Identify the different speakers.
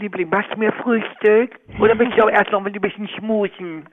Speaker 1: Liebling, machst du mir Frühstück? Oder willst du auch erst noch ein bisschen schmusen?